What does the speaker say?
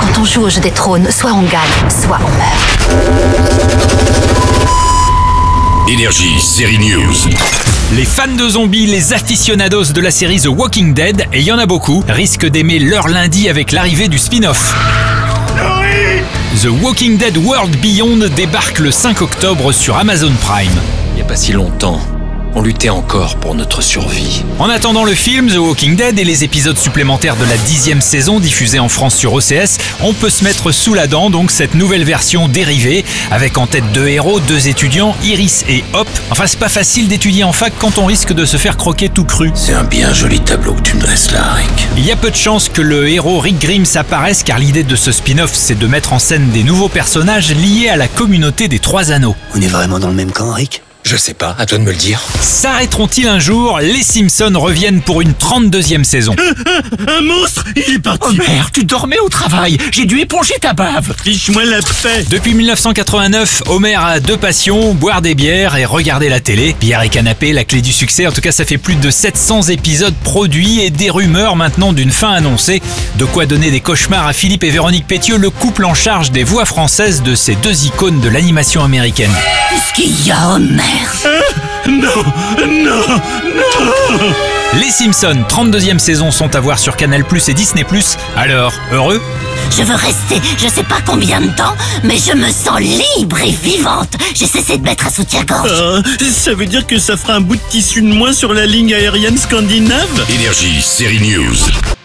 Quand on joue au jeu des trônes, soit on gagne, soit on meurt. Énergie, série news. Les fans de zombies, les aficionados de la série The Walking Dead, et il y en a beaucoup, risquent d'aimer leur lundi avec l'arrivée du spin-off. The Walking Dead World Beyond débarque le 5 octobre sur Amazon Prime. Il n'y a pas si longtemps, on luttait encore pour notre survie. En attendant le film The Walking Dead et les épisodes supplémentaires de la dixième saison diffusée en France sur OCS, on peut se mettre sous la dent donc cette nouvelle version dérivée avec en tête deux héros, deux étudiants, Iris et Hop. Enfin, c'est pas facile d'étudier en fac quand on risque de se faire croquer tout cru. C'est un bien joli tableau que tu me dresses là, Rick. Il y a peu de chances que le héros Rick Grimm s'apparaisse car l'idée de ce spin-off c'est de mettre en scène des nouveaux personnages liés à la communauté des Trois Anneaux. On est vraiment dans le même camp, Rick je sais pas, à toi de me le dire. S'arrêteront-ils un jour Les Simpsons reviennent pour une 32e saison. Un, un, un monstre Il est parti Homer, Oh, tu dormais au travail J'ai dû éponger ta bave Fiche-moi la paix Depuis 1989, Homer a deux passions, boire des bières et regarder la télé. Bière et canapé, la clé du succès. En tout cas, ça fait plus de 700 épisodes produits et des rumeurs maintenant d'une fin annoncée. De quoi donner des cauchemars à Philippe et Véronique Pétieux, le couple en charge des voix françaises de ces deux icônes de l'animation américaine. Qu'est-ce qu'il y a, Homer ah, non, non, non Les Simpsons, 32e saison, sont à voir sur Canal et Disney. Alors, heureux Je veux rester, je sais pas combien de temps, mais je me sens libre et vivante. J'ai cessé de mettre un soutien-gorge. Euh, ça veut dire que ça fera un bout de tissu de moins sur la ligne aérienne scandinave Énergie, série news.